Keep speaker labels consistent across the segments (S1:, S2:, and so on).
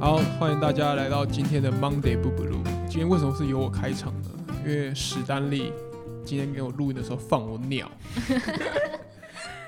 S1: 好，欢迎大家来到今天的 Monday Blue Blue。今天为什么是由我开场呢？因为史丹利今天给我录音的时候放我 鸟。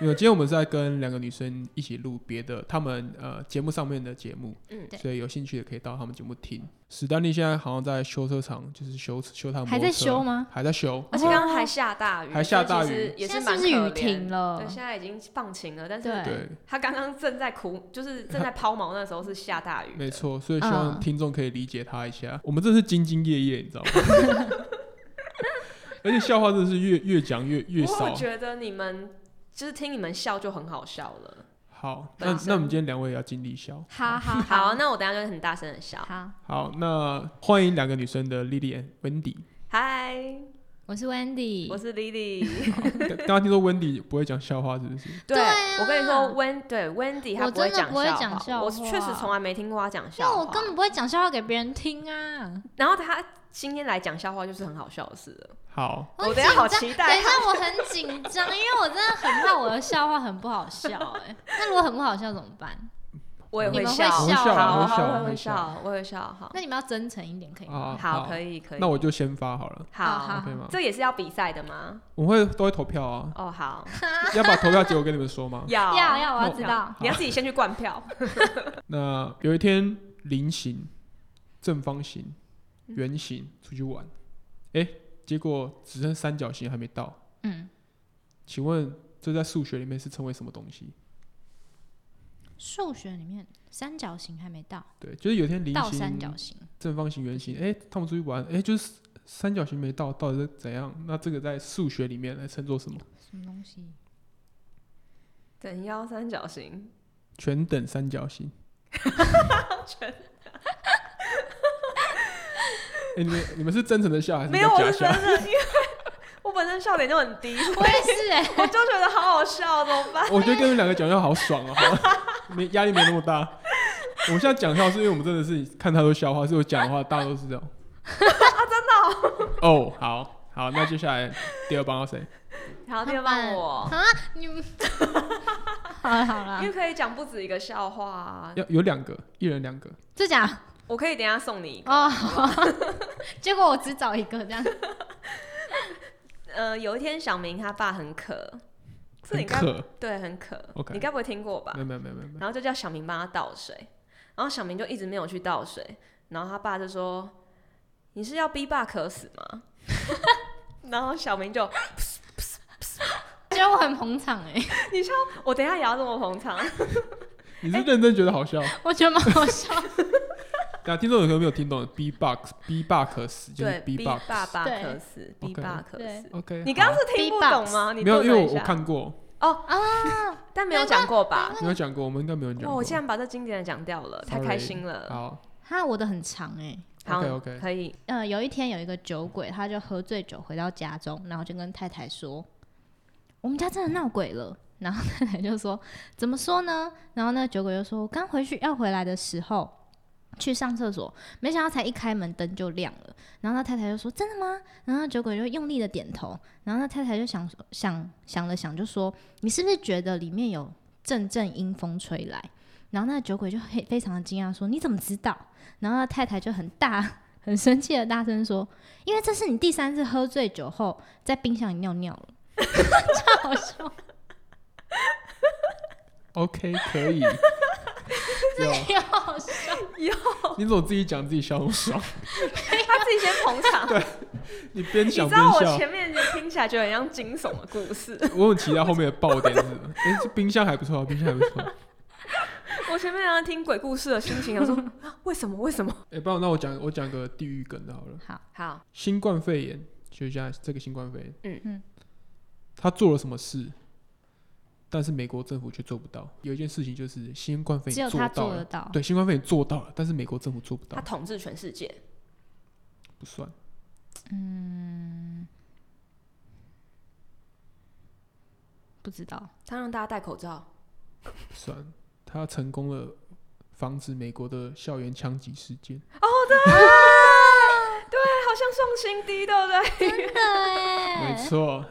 S1: 没有，今天我们是在跟两个女生一起录别的，他们呃节目上面的节目，
S2: 嗯，对，
S1: 所以有兴趣的可以到他们节目听。史丹利现在好像在修车厂，就是修修他们
S3: 还在修吗？哦
S1: 还在修，
S2: 而且刚刚还下大雨，
S1: 哦还下大雨
S2: 所以其实也
S3: 现在
S2: 蛮
S3: 是
S2: 可
S3: 不是
S2: 怜
S3: 雨停了
S2: 对，？现在已经放晴了，但
S3: 对
S2: 是
S1: 对，
S2: 他刚刚正在哭，就是正在抛锚，那时候是下大雨的。
S1: 没错，所以希望
S3: 嗯
S1: 听众可以理解他一下。我们这是兢兢业业，你知道吗？ 而且笑话真的是越越讲越越
S2: 不过
S1: 少
S2: 我。觉得你们就是听你们笑就很好笑了。
S1: 好，
S2: 对
S1: 那
S2: 啊
S1: 那我们今天两位也要尽力笑。
S3: 好好
S2: 好，那我等一下就很大声的笑。
S3: 好，
S1: 好，那欢迎两个女生的 Lily and Wendy。
S2: 嗨，
S3: 我是 Wendy，
S2: 我是 Lily。
S1: 刚刚刚听说 Wendy 不会讲笑话，是不是？
S2: 对
S3: 对啊，
S2: 我跟你说，Wen 对 Wendy 她
S3: 我
S2: 会
S3: 真的
S2: 讲
S3: 不会讲
S2: 笑
S3: 笑
S2: 话，我
S3: 话
S2: 确实从来没听过她讲
S3: 因为
S2: 笑
S3: 我
S2: 话。
S3: 根本不会讲笑话给别人听啊。
S2: 然后她今天来讲笑话就是很好笑的事了。
S1: 好，
S2: 我
S3: 很
S2: 等一下好
S3: 紧张
S2: 期
S3: 等
S2: 待啊
S3: 一。下我很紧张，因为我真的很怕我的笑话很不好笑哎、那如果很不好笑怎么办？
S2: 我也
S3: 你们会
S2: 笑，
S3: 笑
S2: 好
S3: 我
S2: 好好
S3: 会笑我
S2: 好
S3: 会
S1: 笑我会
S2: 我也会
S1: 笑
S2: 笑，我也会笑，好。
S3: 那你们要真诚一点可以吗？
S1: 啊，
S2: 哎好，可。以，可以。
S1: 那我就先发好了
S2: 好
S3: 好
S1: ，OK 吗？
S2: 这也是要比赛的吗？
S1: 我会都会投票 啊，
S2: 哦，好，
S1: 要把投票结果跟你们说吗？
S2: 要
S3: 要要，我要
S1: 那
S3: 知道。
S2: 你要自己先去灌票。
S1: 那有一天，菱形、正方形、圆形出去玩，哎、结果只剩三角形还没到。
S3: 嗯，
S1: 请问这在数学里面是称为什么东西？
S3: 数学里面三角形还没到，
S1: 对，就是有一天菱
S3: 到三角
S1: 形、
S3: 形。
S1: 正方形、圆形，哎、他们出去玩，哎、就是三角形没到，到底是怎样？那这个在数学里面来称作什么？
S3: 什么东西？
S2: 等腰三角形，
S1: 全等三角形。哎、你们你们是真诚的笑还是
S2: 没有，我
S1: 假
S2: 是真
S1: 笑？
S2: 的，因为我本身笑点就很 低，
S3: 我也是 哎、
S2: 我就觉得好好笑，怎么办？
S1: 我觉得跟你们两个讲笑好爽哦、 好没压力没那么大。我们现在讲笑是因为我们真的是看太多笑话，所以我讲的话大家都是这 样。
S2: 啊
S1: 真的哦、好好，那接下来第二棒要谁？
S2: 好，第二棒我，
S3: 啊，你们 好了好
S2: 因
S3: 了，
S2: 为可以讲不止一个笑话啊，
S1: 要有两个，一人两个。
S3: 这讲
S2: 我可以等一下送你一个。
S3: 哦， 结果我只找一个这样。
S2: 呃，有一天小明他爸很渴，这你
S1: 嗯很
S2: 应该
S1: 渴，
S2: 对很渴
S1: OK
S2: 你该不会听过吧
S1: 没？有没有没有没有没有，
S2: 然后就叫小明帮他倒水，然后小明就一直没有去倒水，然后他爸就说：“你是要逼爸渴死吗？” 然后小明就，
S3: 觉得我很捧场哎、
S2: 你笑，我等一下也要这么捧场。
S1: 你是认真觉得好笑？
S3: 我觉得蛮好笑。
S1: 大家听众有可能没有听懂，B box B box 就是
S2: 对，
S1: B
S2: 逼
S1: box。
S2: 爸爸
S3: 对
S2: 渴死，逼
S1: OK
S2: 爸渴死。
S1: OK，
S2: 你刚刚是听不懂吗？你
S1: 没有，
S2: 顿
S1: 因
S2: 了
S1: 为
S2: 一
S1: 我我
S2: 下，
S1: 看过，
S2: 但没有讲过吧？
S1: 没有讲过，我们应该没有人讲
S2: 哇，
S1: 过。
S2: 我竟然把这经典的讲掉了，太开
S1: Sorry
S2: 心了。
S1: 好，
S3: 哈，我的很长哎、
S2: 好
S1: OK，OK
S2: 可以。
S3: 呃，有一天有一个酒鬼，他就喝醉酒回到家中，然后就跟太太说：“我们家真的闹鬼了。” 然后太太就说：“怎么说呢？”然后那个酒鬼就说：“我刚回去要回来的时候，去上厕所，没想到才一开门灯就亮了。”然后那太太就说：“真的吗？”然后那酒鬼就用力的点头。然后那太太就想想想了想，就说：“你是不是觉得里面有阵阵阴风吹来？”然后那个酒鬼就非非常的惊讶说：“你怎么知道？”然后那太太就很大很生气的大声说：“因为这是你第三次喝醉酒后在冰箱里尿尿了。” 超好笑，
S1: ，OK，可 以。有，
S3: 超好笑。
S1: 你怎么自己讲自己笑那么爽？
S2: 他自己先捧 场。
S1: 你边
S2: 你
S1: 想
S2: 知
S1: 边
S2: 道我
S1: 笑。
S2: 前面听起来觉得很像惊悚的故事，
S1: 我很期待后面的爆点是什么？哎、这冰箱还不错，冰箱还不错。
S2: 我前面让他听鬼故事的心情，我说啊，为什么？为什么？
S1: 哎、不然那我讲我讲个地狱梗的好了。
S3: 好，
S2: 好，
S1: 新冠肺炎，就现在这个新冠肺炎，
S2: 嗯
S3: 嗯，
S1: 他做了什么事？但是美国政府却做不到。有一件事情就是新冠肺
S3: 只
S1: 炎
S3: 有
S1: 做
S3: 他
S1: 到
S3: 做
S1: 了，
S3: 得到。
S1: 对，新冠肺炎做到了，但是美国政府做不
S2: 他
S1: 到，
S2: 统治全世界，
S1: 不算。
S3: 不知道，
S2: 他让大家戴口罩。
S1: 算，他成功了防止美国的校园枪击事件。
S2: 对，好像宋新低，对不对？
S3: 真的
S1: 没
S3: 哎，
S1: 错，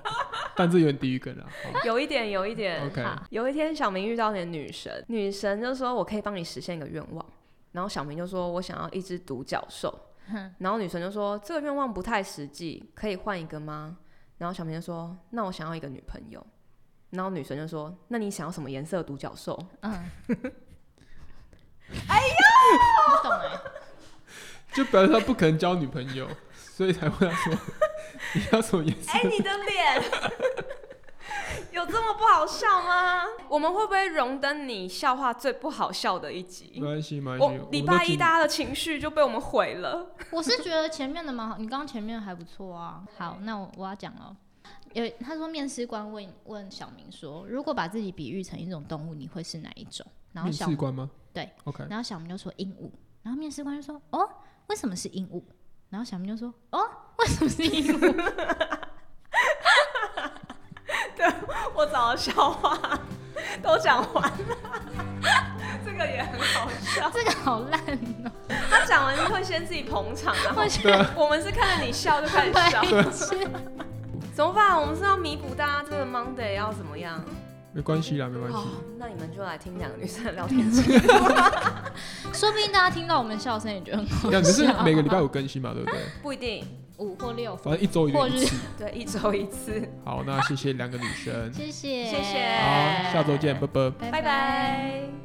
S1: 但这有点地狱梗啊。 好
S2: 有一点，有一点。
S1: OK，
S3: 好
S2: 有一天，小明遇到你的女神，女神就说：“我可以帮你实现一个愿望。”然后小明就说：“我想要一只独角兽。”然后女生就说：“这个愿望不太实际，可以换一个吗？”然后小明就说：“那我想要一个女朋友。”然后女生就说：“那你想要什么颜色的独角兽
S3: 嗯。哎呦，不懂哎、
S1: 就表示他不可能交女朋友，所以才问他说你要什么颜？”色
S2: 哎、？你的脸有这么不好笑吗？我们会不会荣登你笑话最不好笑的一
S1: 没
S2: 集？
S1: 关系，没关系
S2: 我。
S1: 们
S2: 礼
S1: 都
S2: 拜一
S1: 尽
S2: 大家的情绪就被我们毁了。
S3: 我是觉得前面的蛮好，你刚刚前面还不错啊。好，那我我要讲了。有他说，面试官问问小明说，如果把自己比喻成一种动物，你会是哪一种？然后
S1: 面
S3: 小
S1: 试官吗？
S3: 对
S1: ，OK，
S3: 然后小明就说鹦鹉，然后面试官就说哦，为什么是鹦鹉？然后小明就说哦，为什么是鹦鹉？
S2: 我找的笑话都讲完了，这个也很好笑。
S3: 这个好烂哦、
S2: 他讲完会先自己捧场，然后
S3: 我
S1: 对啊，
S2: 我们是看着你笑就开始笑，
S3: 白痴。
S2: 怎么办？我们是要弥补大家这个 Monday 要怎么样？
S1: 没关系啦，没关系
S2: 哦。，那你们就来听两个女生的聊天记录。
S3: 说不定大家听到我们的笑声也觉得很好
S1: 那你
S3: 笑。
S1: 是每个礼拜五更新嘛，对不对？
S2: 不一定，
S3: 五或六，
S1: 反正一周一定
S3: 或
S1: 有一
S3: 日
S1: 次。
S2: 对，一周一次。
S1: 好，那谢谢两个女生，
S3: 谢谢，
S2: 谢谢
S1: 好，下周见，拜拜。
S3: 拜
S2: 拜
S3: 拜。
S2: 拜。